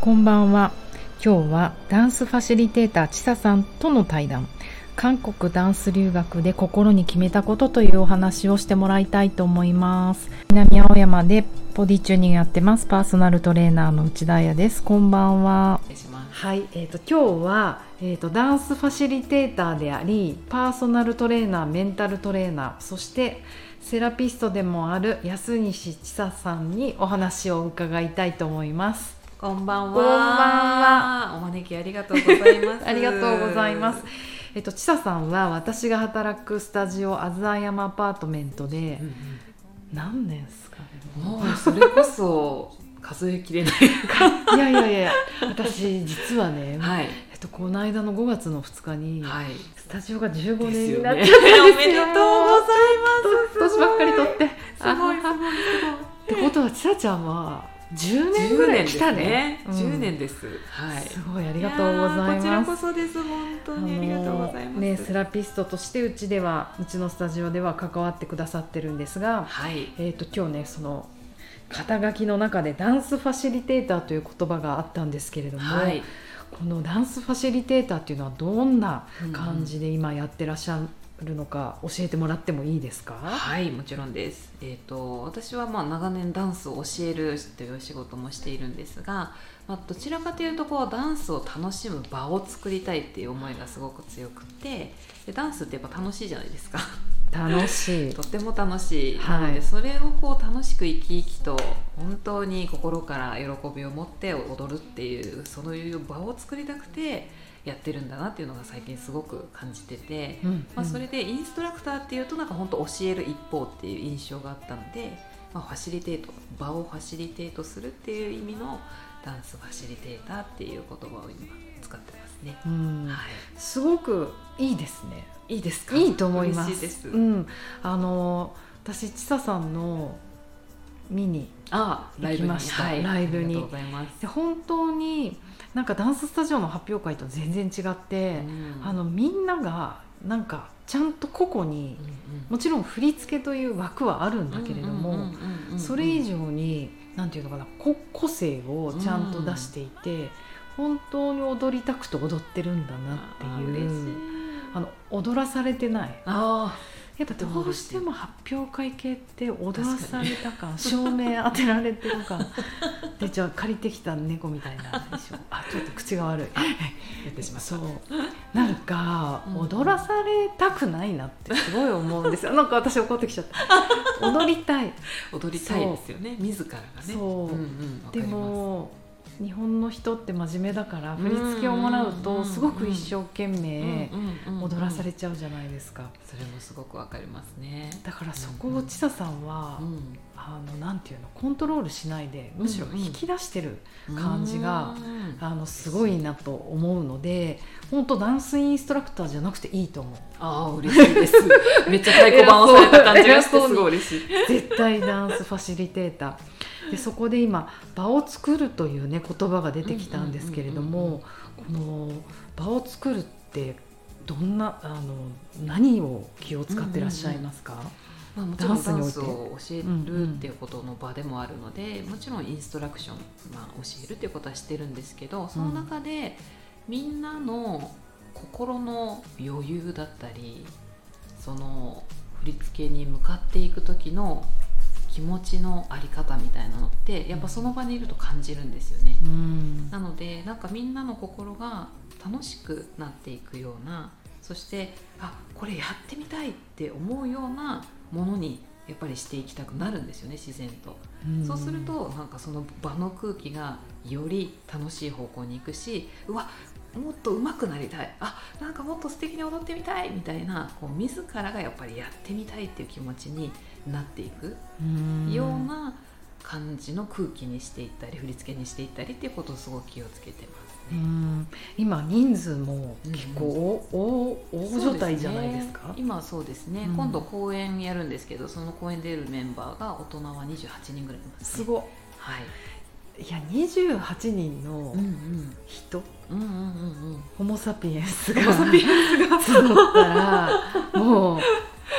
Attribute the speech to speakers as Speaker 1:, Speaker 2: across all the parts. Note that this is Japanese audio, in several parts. Speaker 1: こんばんは今日はダンスファシリテーターちささんとの対談韓国ダンス留学で心に決めたことというお話をしてもらいたいと思います南青山でボディチューニングやってますパーソナルトレーナーの内田彩ですこんばんははい、えー、と今日は、えー、とダンスファシリテーターでありパーソナルトレーナーメンタルトレーナーそしてセラピストでもある安西千沙さんにお話を伺いたいと思います。
Speaker 2: こんばんは。
Speaker 1: こんばん
Speaker 2: お招きありがとうございます。
Speaker 1: ありがとうございます。えっと、ちささんは私が働くスタジオあずあやまアパートメントで
Speaker 2: うん
Speaker 1: 何年ですかね
Speaker 2: うん。もうそれこそ数えき れない。
Speaker 1: いやいやいや私実はね、
Speaker 2: はい
Speaker 1: えっと、この間の5月の2日に
Speaker 2: はい。
Speaker 1: スタジオが15
Speaker 2: で
Speaker 1: 年
Speaker 2: す
Speaker 1: に
Speaker 2: よ
Speaker 1: なっ
Speaker 2: ね。
Speaker 1: ち
Speaker 2: お
Speaker 1: ゃ
Speaker 2: め
Speaker 1: ったん
Speaker 2: で
Speaker 1: ですよ
Speaker 2: とうございます。
Speaker 1: 年ばっかり取って
Speaker 2: すごいすごいす
Speaker 1: あってことはちさちゃんは10
Speaker 2: ごい。
Speaker 1: 年
Speaker 2: 10
Speaker 1: ぐら
Speaker 2: 年
Speaker 1: い
Speaker 2: で
Speaker 1: 来
Speaker 2: す
Speaker 1: たね
Speaker 2: ね。
Speaker 1: うん
Speaker 2: 10年です。はい。
Speaker 1: すごいありがとうござい
Speaker 2: やーこちら
Speaker 1: ます
Speaker 2: こそです。本当にありがとうござい
Speaker 1: あ
Speaker 2: ま
Speaker 1: の
Speaker 2: す。
Speaker 1: ね、セラピストとしてうちではうちのスタジオでは関わってくださってるんですが、
Speaker 2: はい。
Speaker 1: えー、と今日ねその肩書きの中でダンスファシリテーターという言葉があったんですけれども、
Speaker 2: はい。
Speaker 1: このダンスファシリテーターっていうのはどんな感じで今やってらっしゃるのか教えてもらってもいいですか、
Speaker 2: はいもちろんです、えー、と私はまあ長年ダンスを教えるという仕事もしているんですが、まあ、どちらかというとこうダンスを楽しむ場を作りたいっていう思いがすごく強くてでダンスってやっぱ楽しいじゃないですか
Speaker 1: 楽しい
Speaker 2: とっても楽しい、
Speaker 1: はい
Speaker 2: なのでそれをこう楽しく生き生きと本当に心から喜びを持って踊るっていうそういう場を作りたくてやってるんだなっていうのが最近すごく感じてて。
Speaker 1: うん
Speaker 2: まあ、それでインストラクターっていうとなんか本当教える一方っていう印象があったので、まあ、ファシリテート場をファシリテートするっていう意味のダンスファシリテーターっていう言葉を今使ってますね。
Speaker 1: うん
Speaker 2: は
Speaker 1: すごくいいですね
Speaker 2: い、いいですか
Speaker 1: いいと思います
Speaker 2: 嬉しいです、
Speaker 1: うん、あの私ちささんの見に
Speaker 2: あライブに
Speaker 1: 行きました
Speaker 2: はい、
Speaker 1: ライブに
Speaker 2: ありがとうございます、
Speaker 1: で本当になんかダンススタジオの発表会と全然違って、あのみんながなんかちゃんと個々にもちろん振り付けという枠はあるんだけれども、それ以
Speaker 2: 上
Speaker 1: 上に何て言うのかなこ個性をちゃんと出していて、本当に踊りたくて踊ってるんだなっていうあの踊らされてない
Speaker 2: あ
Speaker 1: やっぱどうしても発表会系って踊らされた感照明当てられてる感 でじゃあ借りてきた猫みたいなんでしょあちょっと口が悪い
Speaker 2: ーやってしまった
Speaker 1: そうなんか
Speaker 2: うん
Speaker 1: 踊らされたくないなってすごい思うんですよなんか私怒ってきちゃった踊りたい
Speaker 2: 踊りたいですよね自らがね
Speaker 1: そう
Speaker 2: うんうんわか
Speaker 1: で
Speaker 2: ります
Speaker 1: も日本の人って真面目だから
Speaker 2: うん
Speaker 1: 振り付けをもらう
Speaker 2: うん
Speaker 1: とすごく一生懸命
Speaker 2: うんうんうんうん
Speaker 1: 踊らされちゃうじゃないですか
Speaker 2: それもすごくわかりますね。
Speaker 1: だからそこをちささんは
Speaker 2: うん
Speaker 1: あのなんていうのコントロールしないでむしろ引き出してる、感じが
Speaker 2: うんあ
Speaker 1: あのすごいなと思うので本当ダンスインストラクターじゃなくていいと 思う
Speaker 2: あ嬉しい です。めっちゃ太鼓判をされた感じがしてすごい嬉しい。
Speaker 1: 絶対ダンスファシリテーターでそこで今場を作るというね言葉が出てきたんですけれどもこの場を作るってどんなあの何を気を使ってらっしゃいますか、
Speaker 2: まあもち
Speaker 1: ダ
Speaker 2: ろんダ
Speaker 1: ンスにおい
Speaker 2: ン
Speaker 1: て
Speaker 2: スを教えるっていうことの場でもあるので、もちろんインストラクションまあ教えるっていうことはしてるんですけど、その中でみんなの心の余裕だったり、その振り付けに向かっていく時の気持ちのあり方みたいなのってやっぱその場にいると感じるんですよね。
Speaker 1: うん
Speaker 2: なのでなんかみんなの心が楽しくなっていくようなそしてあこれやってみたいって思うようなものにやっぱりしていきたくなるんですよね自然と、そうするとなんかその場の空気がより楽しい方向に行くしうわもっと上手くなりたいあなんかもっと素敵に踊ってみたいみたいなこう自らがやっぱりやってみたいっていう気持ちになっていく
Speaker 1: うん
Speaker 2: ような感じの空気にしていったり振り付けにしていったりっていうことをすごく気をつけてます
Speaker 1: う
Speaker 2: ね。
Speaker 1: ん今人数も結構お、お大
Speaker 2: そう
Speaker 1: 所
Speaker 2: すね
Speaker 1: 帯じゃないですか。
Speaker 2: 今そうですね、
Speaker 1: うん
Speaker 2: 今度公演やるんですけどその公演出るメンバーが大人は28人ぐらいいます,、
Speaker 1: すご
Speaker 2: はい、
Speaker 1: いいや28人の
Speaker 2: うんうん
Speaker 1: 人、
Speaker 2: うんうんうんうん
Speaker 1: ホモ・サピエンスが集ったらもう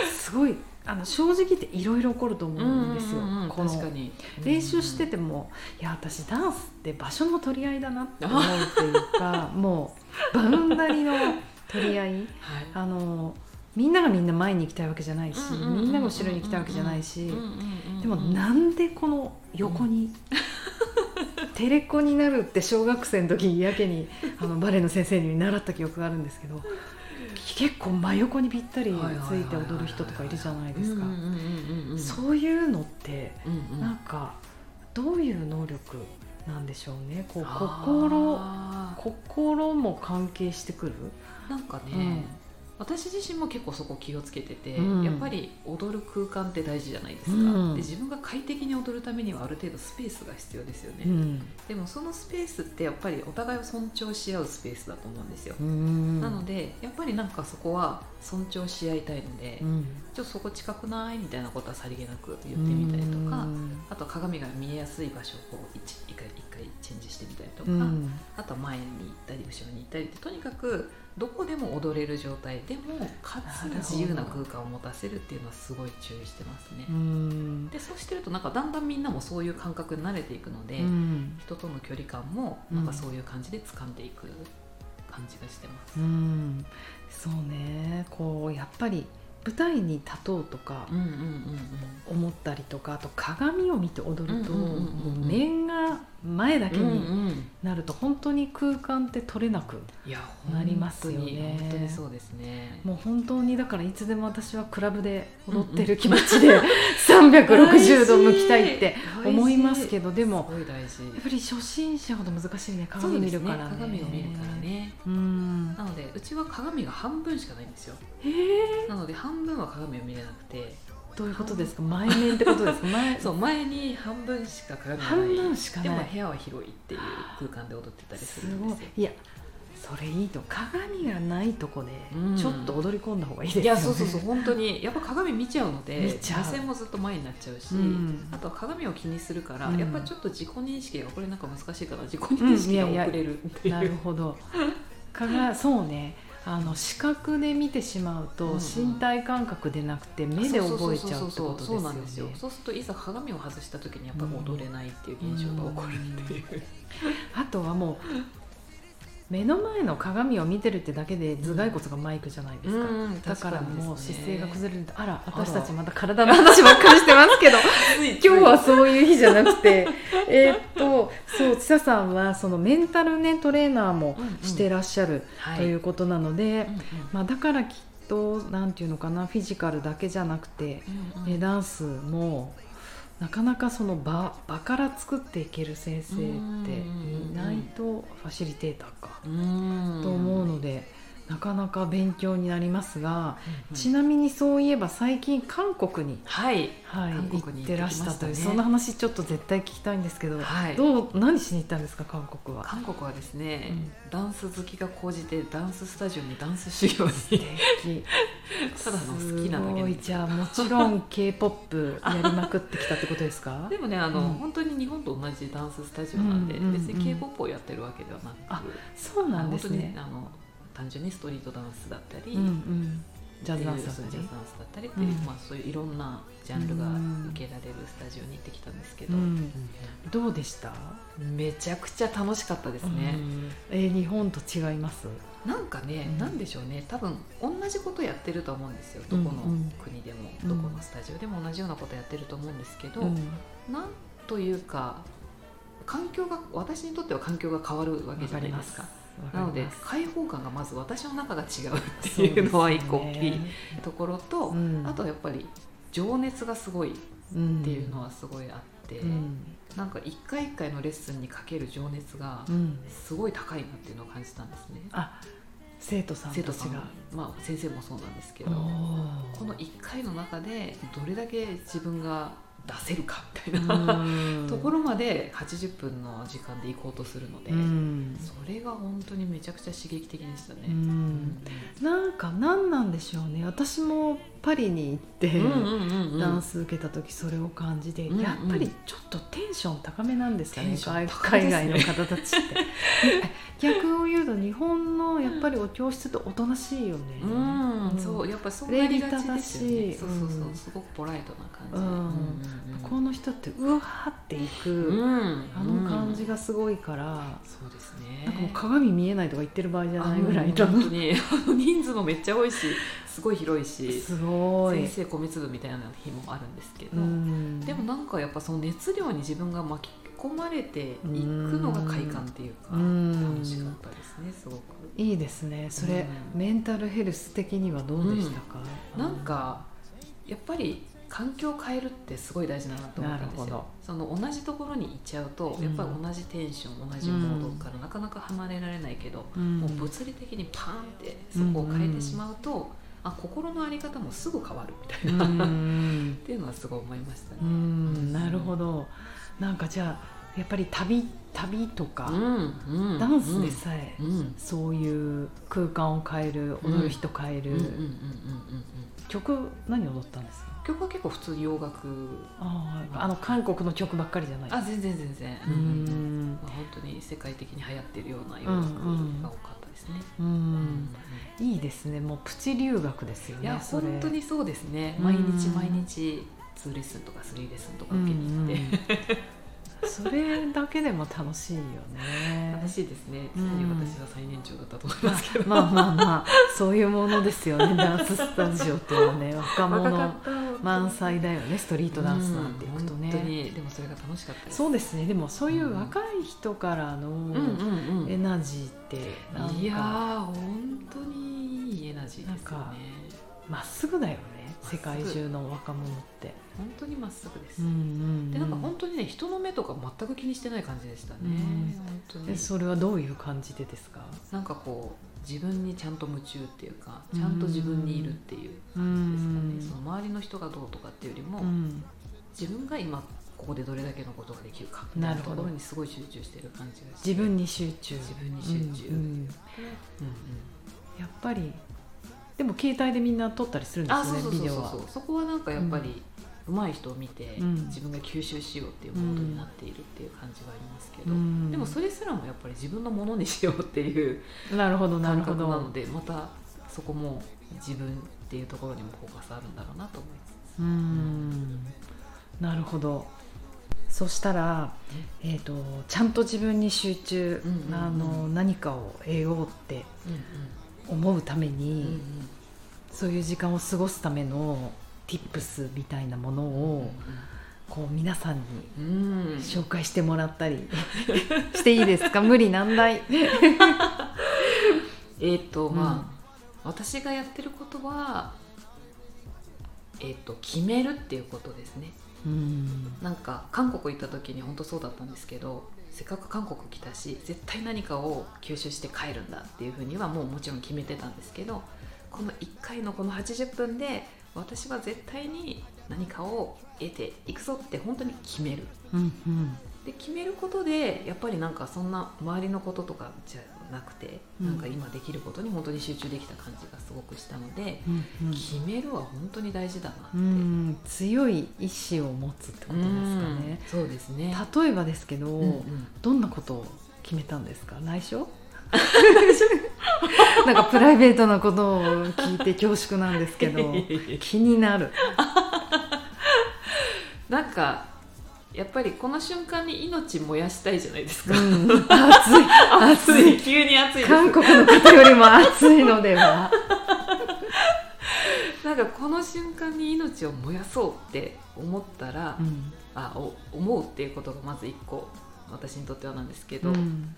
Speaker 1: すごいあの正直っていろいろ起こると思うんですよ。
Speaker 2: うんうんうん
Speaker 1: この
Speaker 2: 確かに
Speaker 1: 練習してても、いや私ダンスって場所の取り合いだなって思うというかもうバウンダリの取り合い
Speaker 2: はい
Speaker 1: あのみんながみんな前に行きたいわけじゃないし、
Speaker 2: うんうんうんうん
Speaker 1: みんなが後ろに行きたいわけじゃないし、
Speaker 2: うんうんうん
Speaker 1: でもなんでこの横に、テレコになるって小学生の時やけにあのバレエの先生に習った記憶があるんですけど結構真横にぴったりついて踊る人とかいるじゃないですか
Speaker 2: うんう。んうんうんうん
Speaker 1: そういうのって
Speaker 2: うんうん
Speaker 1: なんかどういう能力なんでしょうねこう心
Speaker 2: あ
Speaker 1: 心も関係してくる、
Speaker 2: ーなんかね、
Speaker 1: うん
Speaker 2: 私自身も結構そこ気をつけてて、
Speaker 1: うん
Speaker 2: やっぱり踊る空間って大事じゃないですか、
Speaker 1: うん
Speaker 2: で自分が快適に踊るためにはある程度スペースが必要ですよね、
Speaker 1: ん
Speaker 2: でもそのスペースってやっぱりお互いを尊重し合うスペースだと思うんですよ、
Speaker 1: うん
Speaker 2: なのでやっぱりなんかそこは尊重し合いたいので、
Speaker 1: うん、
Speaker 2: ちょっとそこ近くないみたいなことはさりげなく言ってみたりとか、
Speaker 1: うん
Speaker 2: あと鏡が見えやすい場所をこう一一回一回チェンジしてみたりとか、
Speaker 1: うん
Speaker 2: あとは前に行ったり後ろに行ったりってとにかくどこでも踊れる状態でもか
Speaker 1: な
Speaker 2: つ
Speaker 1: るほど
Speaker 2: 自由な空間を持たせるっていうのはすごい注意してますね。
Speaker 1: うん
Speaker 2: でそうしてるとなんかだんだんみんなもそういう感覚に慣れていくので、
Speaker 1: うん
Speaker 2: 人との距離感もなんかそういう感じで掴んでいく感じがしてます。
Speaker 1: うんそうねこうやっぱり舞台に立とうとか
Speaker 2: うんうんうん
Speaker 1: 思ったりとかあと鏡を見て踊ると
Speaker 2: うんうんうんうん
Speaker 1: もう面が前だけ
Speaker 2: うんうん
Speaker 1: に
Speaker 2: うん
Speaker 1: なると本当に空間って取れなく
Speaker 2: いや
Speaker 1: なりますよね
Speaker 2: 本当に本当にそうですね。
Speaker 1: もう本当にだからいつでも私はクラブで踊ってる気持ちで360度向きたいって思いますけ
Speaker 2: ど
Speaker 1: どでも
Speaker 2: すごい大事
Speaker 1: やっぱり初心者ほど難しいね
Speaker 2: そ
Speaker 1: 鏡
Speaker 2: うで
Speaker 1: 見
Speaker 2: す
Speaker 1: る
Speaker 2: ね
Speaker 1: からね
Speaker 2: 鏡を見るからね
Speaker 1: うん
Speaker 2: なのでうちは鏡が半分しかないんですよ
Speaker 1: えー
Speaker 2: なので半分は鏡を見れなくて
Speaker 1: どういうことですか前面ってことですか前
Speaker 2: そう前に半分しか鏡がない
Speaker 1: 半分しか
Speaker 2: で
Speaker 1: な
Speaker 2: も
Speaker 1: い
Speaker 2: 部屋は広いっていう空間で踊ってたりす
Speaker 1: す
Speaker 2: るん
Speaker 1: ご
Speaker 2: で
Speaker 1: い
Speaker 2: すよ
Speaker 1: いやそれいいと鏡がないとこで
Speaker 2: うん
Speaker 1: ちょっと踊り込んだ方がいいですよね
Speaker 2: いやそうそうそう本当にやっぱ鏡見ちゃうので
Speaker 1: 見ちゃう
Speaker 2: 目線もずっと前になっちゃうし、
Speaker 1: うん
Speaker 2: あとは鏡を気にするから、
Speaker 1: うん
Speaker 2: やっぱちょっと自己認識がこれなんか難しいから自己認識が
Speaker 1: うんいやいや
Speaker 2: 遅れるっていう,、
Speaker 1: なるほど。からそうね。あの視覚で見てしまう
Speaker 2: うん
Speaker 1: と
Speaker 2: うん
Speaker 1: 身体感覚でなくて目で覚えちゃうってことです
Speaker 2: そうそうそうそうそう
Speaker 1: よ
Speaker 2: なんですよ
Speaker 1: ね。
Speaker 2: そうするといざ鏡を外した時にやっぱり踊れないっていう現象が起こるっていう、
Speaker 1: あとはもう目の前の鏡を見てるってだけで頭蓋骨がマイクじゃないですか。
Speaker 2: うん
Speaker 1: だからもう
Speaker 2: 確かにです
Speaker 1: 姿勢
Speaker 2: ね
Speaker 1: が崩れるとあら私たちまた体の話ばっかりしてますけど
Speaker 2: 今
Speaker 1: 今日はそういう日じゃなくて えーっとそう千佐さんはそのメンタルねトレーナーもしてらっしゃるということなので、まあ、だからきっとなんていうのかなフィジカルだけじゃなくて、ねダンスもなかなかその場場から作っていける先生っていないとファシリテーターか、と思うのでなかなか勉強になりますが、ちなみにそういえば最近韓国に、
Speaker 2: はい
Speaker 1: はい、
Speaker 2: 韓
Speaker 1: 行
Speaker 2: 国
Speaker 1: っ
Speaker 2: に
Speaker 1: て
Speaker 2: 行
Speaker 1: ら
Speaker 2: ってきま
Speaker 1: し
Speaker 2: し
Speaker 1: たと
Speaker 2: たね
Speaker 1: いうその話ちょっと絶対聞きたいんですけど、
Speaker 2: はい
Speaker 1: どう何しに行ったんですか韓国 は。
Speaker 2: 韓国はですね、
Speaker 1: う
Speaker 2: ダンス好きが高じてダンススタジオにダンス修行 にただの好きなだ
Speaker 1: す
Speaker 2: け
Speaker 1: ご
Speaker 2: で
Speaker 1: いじゃあもちろん k p o p やりまくってきたってことです か
Speaker 2: でもねあの、
Speaker 1: うん
Speaker 2: 本当に日本と同じダンススタジオなんで、
Speaker 1: うんうんうん
Speaker 2: 別に k p o p をやってるわけではなく
Speaker 1: あそうなんですね
Speaker 2: 本当にあの単純にストリートダンスだったり、
Speaker 1: うんうんジャズダンスだった
Speaker 2: そうジャ
Speaker 1: り
Speaker 2: ズダンスだったりっていう、
Speaker 1: うん
Speaker 2: まあ、そういういろんなジャンルが受けられるスタジオに行ってきたんですけど、
Speaker 1: うんどうでした、
Speaker 2: めちゃくちゃ楽しかったですね。
Speaker 1: うんえー日本と違います
Speaker 2: なんかね、
Speaker 1: うん
Speaker 2: なんでしょうね多分同じことやってると思うんですよどこの
Speaker 1: うんうん
Speaker 2: 国でも、
Speaker 1: うん
Speaker 2: どこのスタジオでも同じようなことやってると思うんですけど、
Speaker 1: うん
Speaker 2: なんというか環境が私にとっては環境が変わるわけじゃないですか
Speaker 1: わか
Speaker 2: なの
Speaker 1: り
Speaker 2: で
Speaker 1: ます
Speaker 2: 開放感がまず私の中が違うって
Speaker 1: そうですね
Speaker 2: いうのは一個大きいところと、
Speaker 1: うん
Speaker 2: あとはやっぱり情熱がすごいっ
Speaker 1: ん
Speaker 2: ていうのはすごいあって、
Speaker 1: うん
Speaker 2: なんか一回一回のレッスンにかける情熱が
Speaker 1: うん
Speaker 2: すごい高いなっていうのを感じたんですね。
Speaker 1: あ生徒さんた
Speaker 2: 生
Speaker 1: ち
Speaker 2: 徒さん
Speaker 1: が
Speaker 2: まあ、先生もそうなんですけ
Speaker 1: お
Speaker 2: どこ
Speaker 1: ー
Speaker 2: の1回の中でどれだけ自分が出せるかみたいな、 ところまで80分の時間で行こうとするので、
Speaker 1: うん
Speaker 2: それが本当にめちゃくちゃ刺激的でしたね。
Speaker 1: うんなんか何なんでしょうね私もパリに行って、
Speaker 2: うんうんうんうん
Speaker 1: ダンス受けた時それを感じて、
Speaker 2: うんうん
Speaker 1: やっぱりちょっとテンション高めなんですよ
Speaker 2: テ
Speaker 1: ね
Speaker 2: ンション高い
Speaker 1: 海
Speaker 2: です
Speaker 1: 外
Speaker 2: ね
Speaker 1: の方たちって 逆を言うと日本のやっぱりお教室とおとなしいよね、
Speaker 2: うん
Speaker 1: うん
Speaker 2: そうやっぱそうなりがちですよ
Speaker 1: 礼儀正し
Speaker 2: ね。
Speaker 1: い
Speaker 2: そうそうそううんすごくポライトな感じ。
Speaker 1: うん
Speaker 2: うん
Speaker 1: この人ってうわーっていく、
Speaker 2: うん
Speaker 1: あの感じ
Speaker 2: うん
Speaker 1: がすごいから、
Speaker 2: そうですね。
Speaker 1: なんかもう鏡見えないとか言ってる場合じゃないぐらい
Speaker 2: あ
Speaker 1: の、
Speaker 2: もう本当にあの人数もめっちゃ多いし、すごい広いし、
Speaker 1: すごい
Speaker 2: 先。生米粒みたいな日もあるんですけど、
Speaker 1: うん
Speaker 2: でもなんかやっぱその熱量に自分が巻き込まれていくのが快感っていうか、
Speaker 1: うん
Speaker 2: 楽しかったですね。すごく。
Speaker 1: いいですねそれ、
Speaker 2: うん
Speaker 1: メンタルヘルス的にはどうでしたか、
Speaker 2: なんかやっぱり環境を変えるってすごい大事だなと思ったんです
Speaker 1: なるほ
Speaker 2: よ
Speaker 1: ど
Speaker 2: その同じところに行っちゃうと
Speaker 1: うん
Speaker 2: やっぱり同じテンション、同じモードからなかなか離れられないけど、
Speaker 1: うん、
Speaker 2: もう物理的にパーンってそこを変えてしまうと、あ心の在り方もすぐ変わるみたいな、
Speaker 1: う
Speaker 2: っ
Speaker 1: ん
Speaker 2: ていうのはすごい思いましたね
Speaker 1: う。んなるほどなんかじゃあやっぱり旅旅とか、
Speaker 2: うんうん
Speaker 1: ダンスでさえ、
Speaker 2: うんうん
Speaker 1: そういう空間を変える踊る人変える、
Speaker 2: うんうんうんうんうんうん
Speaker 1: 曲何踊ったんですか
Speaker 2: 曲は結構普通に洋楽
Speaker 1: あーあの韓国の曲ばっかりじゃない
Speaker 2: あ全然全然、
Speaker 1: う
Speaker 2: うんうんうん
Speaker 1: ん
Speaker 2: まあ、本当に世界的に流行ってるような洋楽が多かったですね。
Speaker 1: うんいいですねもうプチ留学ですよ
Speaker 2: い
Speaker 1: ね
Speaker 2: や、
Speaker 1: それ
Speaker 2: 本当にそうですね。
Speaker 1: うん
Speaker 2: 毎日毎日ツーレッスンとかスリーレッスンとか受けに行って、
Speaker 1: うん それだけでも楽しいよね
Speaker 2: 楽しいですね。
Speaker 1: う
Speaker 2: 常
Speaker 1: ん
Speaker 2: に私は最年長だったと思いますけど。
Speaker 1: まあまあまあそういうものですよねダンススタジオっていうのは ね若
Speaker 2: 若か
Speaker 1: 者
Speaker 2: った
Speaker 1: 満載だよねストリートダンスなんていくと
Speaker 2: うん本当
Speaker 1: ね、
Speaker 2: にでもそれが楽しかったです。
Speaker 1: そうですねでもそういう若い人から
Speaker 2: う
Speaker 1: の
Speaker 2: んうんうん。
Speaker 1: エナジーってなん
Speaker 2: いやー
Speaker 1: か
Speaker 2: 本当にいいエナジーで
Speaker 1: なん
Speaker 2: すよ
Speaker 1: か
Speaker 2: ね。
Speaker 1: まっすぐだよね
Speaker 2: まっす
Speaker 1: 世
Speaker 2: ぐ
Speaker 1: 界中の若者って。
Speaker 2: 本当にまっすぐです。
Speaker 1: うんうんうん
Speaker 2: でなんか本当にね人の目とか全く気にしてない感じでしたね。
Speaker 1: うん
Speaker 2: 本当
Speaker 1: え
Speaker 2: に。
Speaker 1: それはどういう感じでですか
Speaker 2: なんかこう自分にちゃんと夢中っていうかちゃんと自分にいるっていう感じですかね、
Speaker 1: うん
Speaker 2: その周りの人がどうとかっていうよりも、
Speaker 1: うん
Speaker 2: 自分が今ここでどれだけのことができるかみた
Speaker 1: ないる
Speaker 2: な
Speaker 1: ほ
Speaker 2: と
Speaker 1: ど
Speaker 2: ころにすごい集中してる感じがして
Speaker 1: 自分に集中
Speaker 2: 自分に集中
Speaker 1: うんうん
Speaker 2: うん
Speaker 1: やっぱりでも携帯でみんな撮ったりするん
Speaker 2: うん
Speaker 1: で
Speaker 2: あ
Speaker 1: す
Speaker 2: そ
Speaker 1: よね
Speaker 2: うそうそ
Speaker 1: ビ
Speaker 2: う
Speaker 1: デ
Speaker 2: そ
Speaker 1: オ
Speaker 2: う
Speaker 1: は
Speaker 2: そう。そこはなんかやっぱり上手い人を見て、
Speaker 1: うん
Speaker 2: 自分が吸収しようっていうモードになっているっていう感じはありますけど、
Speaker 1: うん
Speaker 2: でもそれすらもやっぱり自分のものにしようっていう
Speaker 1: なるほどなる
Speaker 2: 感
Speaker 1: ほ
Speaker 2: 覚な
Speaker 1: ど
Speaker 2: のでまたそこも自分っていうところにもフォーカスあるんだろうなと思います。
Speaker 1: うーんなるほどそしたら、えー、とちゃんと自分に集中、
Speaker 2: うんうんうん
Speaker 1: あの何かを得ようって
Speaker 2: うんうん
Speaker 1: 思うために、
Speaker 2: うん
Speaker 1: そういう時間を過ごすための tips みたいなものをこう皆さんに
Speaker 2: うんうん
Speaker 1: 紹介してもらったり していいですか無理難題。
Speaker 2: えーっ、と
Speaker 1: うん
Speaker 2: まあ、私がやってることはえーっ、と決めるっていうことですね
Speaker 1: うん
Speaker 2: なんか韓国行った時に本当そうだったんですけどせっかく韓国来たし絶対何かを吸収して帰るんだっていうふうにはもうもちろん決めてたんですけどこの1回のこの80分で私は絶対に何かを得ていくぞって本当に決める
Speaker 1: うんうん
Speaker 2: で決めることでやっぱりなんかそんな周りのこととかじゃなくて、
Speaker 1: うん
Speaker 2: なんか今できることに本当に集中できた感じがすごくしたので、
Speaker 1: うんうん
Speaker 2: 決めるは本当に大事だなって、
Speaker 1: う
Speaker 2: うん
Speaker 1: ん強い意志を持つってことですかね。
Speaker 2: そうですね
Speaker 1: 例えばですけど、
Speaker 2: うんうん
Speaker 1: どんなことを決めたんですか内緒 なんかプライベートなことを聞いて恐縮なんですけ ど気になる
Speaker 2: なんかやっぱりこの瞬間に命燃やしたいじゃないですか、
Speaker 1: うん熱い熱い
Speaker 2: 急に熱いです
Speaker 1: 韓国の方よりも熱いのでは
Speaker 2: なんかこの瞬間に命を燃やそうって思ったら、
Speaker 1: うん
Speaker 2: あお思うっていうことがまず1個私にとってはなんですけ
Speaker 1: う
Speaker 2: ど、
Speaker 1: ん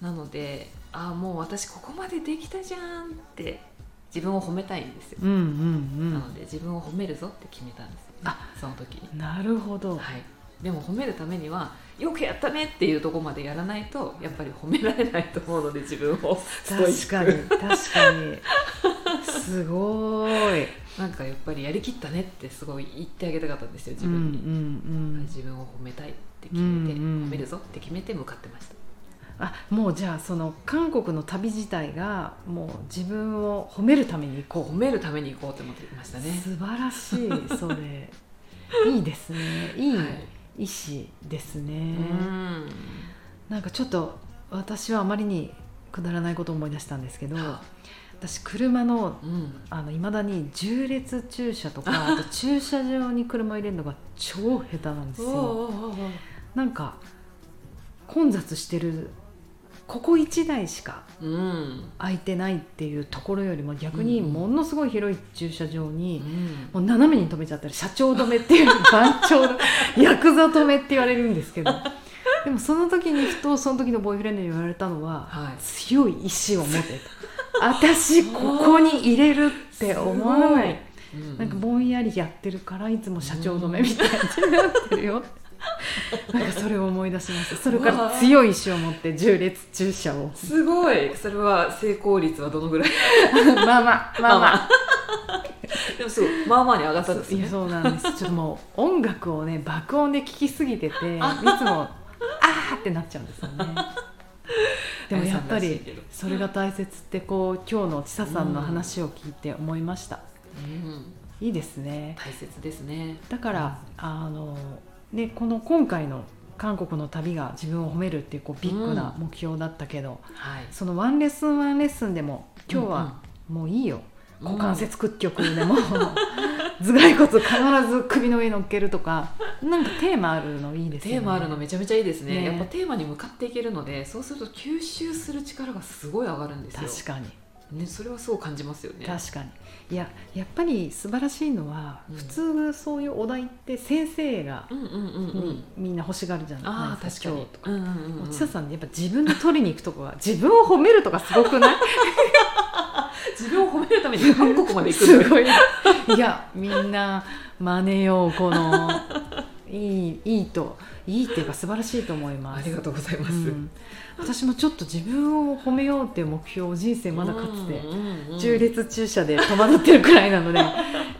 Speaker 2: なのでああもう私ここまでできたじゃんって自分を褒めたいんですよ、
Speaker 1: うんうん
Speaker 2: なので自分を褒めるぞって決めたんですよ、
Speaker 1: あ
Speaker 2: その時に
Speaker 1: うん、なるほど
Speaker 2: はい、でも褒めるためにはよくやったねっていうところまでやらないとやっぱり褒められないと思うので自分をストイ
Speaker 1: 確
Speaker 2: ック
Speaker 1: かに確かにすごーい。
Speaker 2: なんかやっぱりやりきったねってすごい言ってあげたかったんですよ自
Speaker 1: うんうん
Speaker 2: 分に、
Speaker 1: うん。
Speaker 2: 自分を褒めたいって決めて、
Speaker 1: うんうん
Speaker 2: 褒めるぞって決めて向かってました
Speaker 1: あもうじゃあその韓国の旅自体がもう自分を褒めるために行こ
Speaker 2: 褒めるために行こうと思ってました
Speaker 1: う、
Speaker 2: ね
Speaker 1: 素晴らしいそ れいいですねいい
Speaker 2: はい
Speaker 1: 意志ですね、
Speaker 2: うん
Speaker 1: なんかちょっと私はあまりにくだらないことを思い出したんですけど
Speaker 2: は
Speaker 1: 私車の
Speaker 2: うん
Speaker 1: あの未だに重列駐車とかあと駐車場に車入れるのが超下手なんですよ
Speaker 2: おうおうおうおう
Speaker 1: なんか混雑してるここ1台しか
Speaker 2: うん
Speaker 1: 空いてないっていうところよりも逆に
Speaker 2: うん
Speaker 1: ものすごい広い駐車場
Speaker 2: う
Speaker 1: に、
Speaker 2: ん
Speaker 1: もう斜めに止めちゃったり社長止めっていう番長のヤクザ止めって言われるんですけ どでもその時にふとその時のボーイフレンドに言われたのは、
Speaker 2: はい
Speaker 1: 強い意志を持てた私ここに入れるって思わない
Speaker 2: うん
Speaker 1: なんかぼんやりやってるからいつも社長止めみたいになってる よなんかそれを思い出しましたそれから強い意志を持って重列駐車を
Speaker 2: すごいそれは成功率はどのぐらい
Speaker 1: まあまあまあまあ
Speaker 2: でもすごいまあまあに上がったんです
Speaker 1: いや
Speaker 2: ね
Speaker 1: そうなんです ちょっともう音楽をね爆音で聴きすぎてていつもあーってなっちゃうんですよね でもやっぱ
Speaker 2: あやさんらしい
Speaker 1: り
Speaker 2: けど
Speaker 1: それが大切ってこう今日のちささんの話を聞いて思いました、
Speaker 2: うん
Speaker 1: いいですね
Speaker 2: 大切ですね
Speaker 1: だからあのねこの今回の韓国の旅が自分を褒めるっていうこうビッグな目標だったけど、
Speaker 2: はい
Speaker 1: そのワンレッスンワンレッスンでも今日はもういいよ、股関節屈曲でも頭蓋骨必ず首の上に乗っけるとかなんかテーマあるのいいですよね
Speaker 2: テーマあるのめちゃめちゃいいですね
Speaker 1: ね
Speaker 2: やっぱテーマに向かっていけるのでそうすると吸収する力がすごい上がるんですよ
Speaker 1: 確かに
Speaker 2: ね、それはすごい感じますよね
Speaker 1: 確かにいややっぱり素晴らしいのは、
Speaker 2: うん
Speaker 1: 普通そういうお題って先生が、
Speaker 2: うんうんうんう
Speaker 1: に
Speaker 2: ん
Speaker 1: みんな欲しがるじゃない
Speaker 2: ああ
Speaker 1: で
Speaker 2: 確
Speaker 1: す
Speaker 2: か
Speaker 1: か
Speaker 2: に
Speaker 1: とか。
Speaker 2: うんうんうん
Speaker 1: も
Speaker 2: う
Speaker 1: うんちささんやっぱ自分で取りに行くとこは自分を褒めるとかすごくない
Speaker 2: 自分を褒めるために韓国まで行く んだ
Speaker 1: すごいいやみんな真似ようこ のいいいいといいっていうか素晴らしいと思います
Speaker 2: ありがとうございます、
Speaker 1: うん私もちょっと自分を褒めようっていう目標を人生まだかつて
Speaker 2: うんうんうん
Speaker 1: 重列駐車で戸惑ってるくらいな ので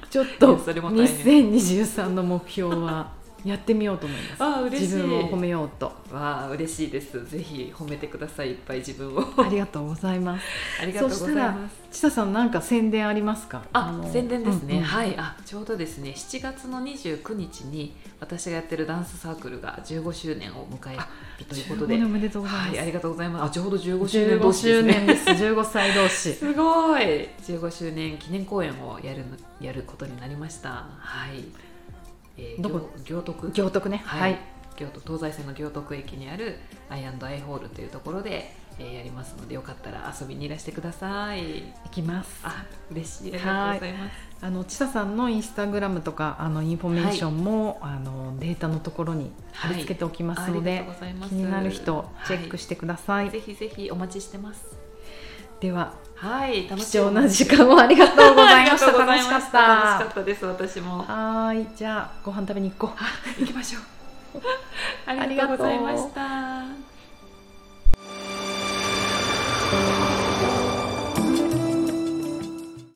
Speaker 1: ちょっと
Speaker 2: いやそれも大
Speaker 1: 2023の目標はやってみようと思います
Speaker 2: ああ嬉しい
Speaker 1: 自分を褒めようと
Speaker 2: わあ嬉しいですぜひ褒めてくださいいっぱい自分 を
Speaker 1: ありがとうございます
Speaker 2: ありがとうございます
Speaker 1: ちささんなんか宣伝ありますか
Speaker 2: あ
Speaker 1: の
Speaker 2: 宣伝ですね、
Speaker 1: うんうん
Speaker 2: はいあちょうどですね7月の29日に私がやってるダンスサークルが15周年を迎えるということで
Speaker 1: 15年おめでとうございま
Speaker 2: はい、あ
Speaker 1: す
Speaker 2: りがとうございます。あ、ちょうど15周年
Speaker 1: 15
Speaker 2: 同士で
Speaker 1: 周
Speaker 2: すね。
Speaker 1: 年です15歳同士
Speaker 2: すごい。15周年記念公演をやるのやることになりました。はい。えー、
Speaker 1: どこ
Speaker 2: 行行徳
Speaker 1: 行徳ね
Speaker 2: はい、京都東西線の行徳駅にあるアイアンドアイホールというところで、えーやりますのでよかったら遊びにいらしてください。
Speaker 1: 行きます
Speaker 2: あ、嬉しい。ありがとうございます。
Speaker 1: あのちささんのインスタグラムとかあのインフォメーションも、あのデータのところに貼り付けておきますの
Speaker 2: あ
Speaker 1: で
Speaker 2: りがとう、ございます
Speaker 1: 気になる人チェックしてください、
Speaker 2: ぜひぜひお待ちしてます。
Speaker 1: では
Speaker 2: はい、楽し
Speaker 1: 貴
Speaker 2: み
Speaker 1: 重な時間をありがとうございました
Speaker 2: ありがとうござ
Speaker 1: 楽
Speaker 2: い
Speaker 1: しか
Speaker 2: ま
Speaker 1: っ
Speaker 2: 楽したかったです。私も。
Speaker 1: はーいじゃあご飯食べに行こう
Speaker 2: 行きましょう。あ
Speaker 1: り
Speaker 2: り
Speaker 1: が
Speaker 2: が
Speaker 1: と
Speaker 2: と
Speaker 1: う
Speaker 2: う
Speaker 1: ござ
Speaker 2: ござ
Speaker 1: い
Speaker 2: い
Speaker 1: ま
Speaker 2: ま
Speaker 1: し
Speaker 2: した。